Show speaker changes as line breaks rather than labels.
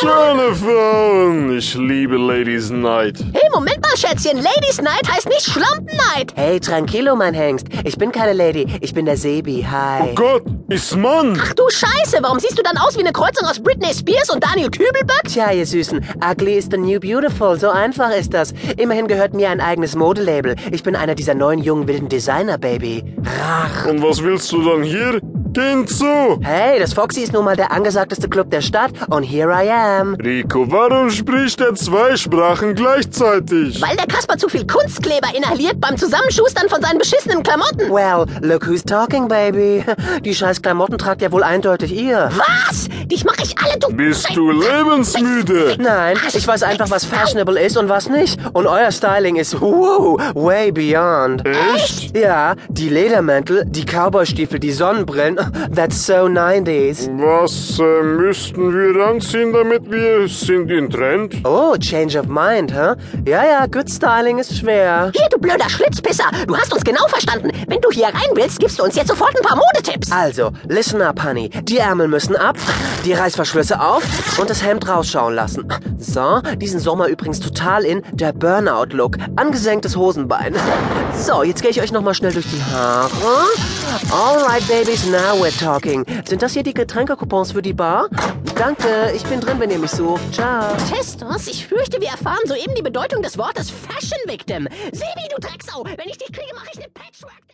Schöne Frauen. Ich liebe Ladies Night.
Hey, Moment mal, Schätzchen. Ladies Night heißt nicht Schlampen-Night.
Hey, tranquilo, mein Hengst. Ich bin keine Lady, ich bin der Sebi.
Oh
Hi.
Gott, ist Mann.
Ach du Scheiße, warum siehst du dann aus wie eine Kreuzung aus Britney Spears und Daniel Kübelböck?
Tja, ihr Süßen, ugly is the new beautiful, so einfach ist das. Immerhin gehört mir ein eigenes Modelabel. Ich bin einer dieser neuen jungen wilden Designer, Baby. Rach.
Und was willst du dann hier? Geh hinzu.
Hey, das Foxy ist nun mal der angesagteste Club der Stadt und here I am.
Rico, warum spricht er zwei Sprachen gleichzeitig?
Weil der Kasper zu viel Kunstkleber inhaliert beim Zusammenschustern von seinen beschissenen Klamotten.
Well, look who's talking, Baby. Die scheiß Klamotten tragt ja wohl eindeutig ihr.
Was? Dich mach ich alle, du...
Bist du lebensmüde?
Nein, ich weiß einfach, was fashionable ist und was nicht. Und euer Styling ist wow, way beyond.
Echt?
Ja, die Ledermäntel, die Cowboystiefel, die Sonnenbrillen. Oh, That's so 90s.
Was äh, müssten wir anziehen, damit wir sind in Trend?
Oh, change of mind, hä? Ja, ja, good styling ist schwer.
Hier, du blöder Schlitzpisser. Du hast uns genau verstanden. Wenn du hier rein willst, gibst du uns jetzt sofort ein paar Modetipps.
Also, listen up, Honey. Die Ärmel müssen ab, die Reißverschlüsse auf und das Hemd rausschauen lassen. So, diesen Sommer übrigens total in der Burnout-Look. Angesenktes Hosenbein. So, jetzt gehe ich euch nochmal schnell durch die Haare. Alright, Babies, now we're talking. Sind das hier die Getränkekupons für die Bar? Danke, ich bin drin, wenn ihr mich sucht. Ciao.
Testos, ich fürchte, wir erfahren soeben die Bedeutung des Wortes Fashion Victim. Sebi, du Drecksau, wenn ich dich kriege, mache ich eine Patchwork.